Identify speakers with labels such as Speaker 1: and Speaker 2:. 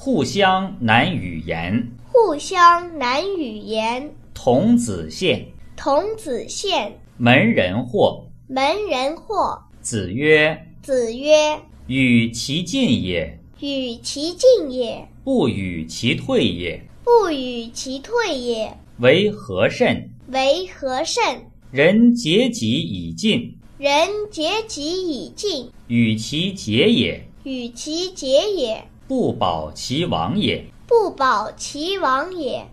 Speaker 1: 互相难语言。
Speaker 2: 互相难语言。
Speaker 1: 童子县，
Speaker 2: 童子县，
Speaker 1: 门人惑。
Speaker 2: 门人惑。
Speaker 1: 子曰
Speaker 2: 子曰：“
Speaker 1: 与其进也，：“
Speaker 2: 与其进也，
Speaker 1: 不与其退也，
Speaker 2: 不与其退也，
Speaker 1: 为和甚。
Speaker 2: 为和甚。
Speaker 1: 人竭己以尽，
Speaker 2: 人竭己以尽，
Speaker 1: 与其竭也，
Speaker 2: 与其竭也，
Speaker 1: 不保其亡也。”
Speaker 2: 不保其亡也。”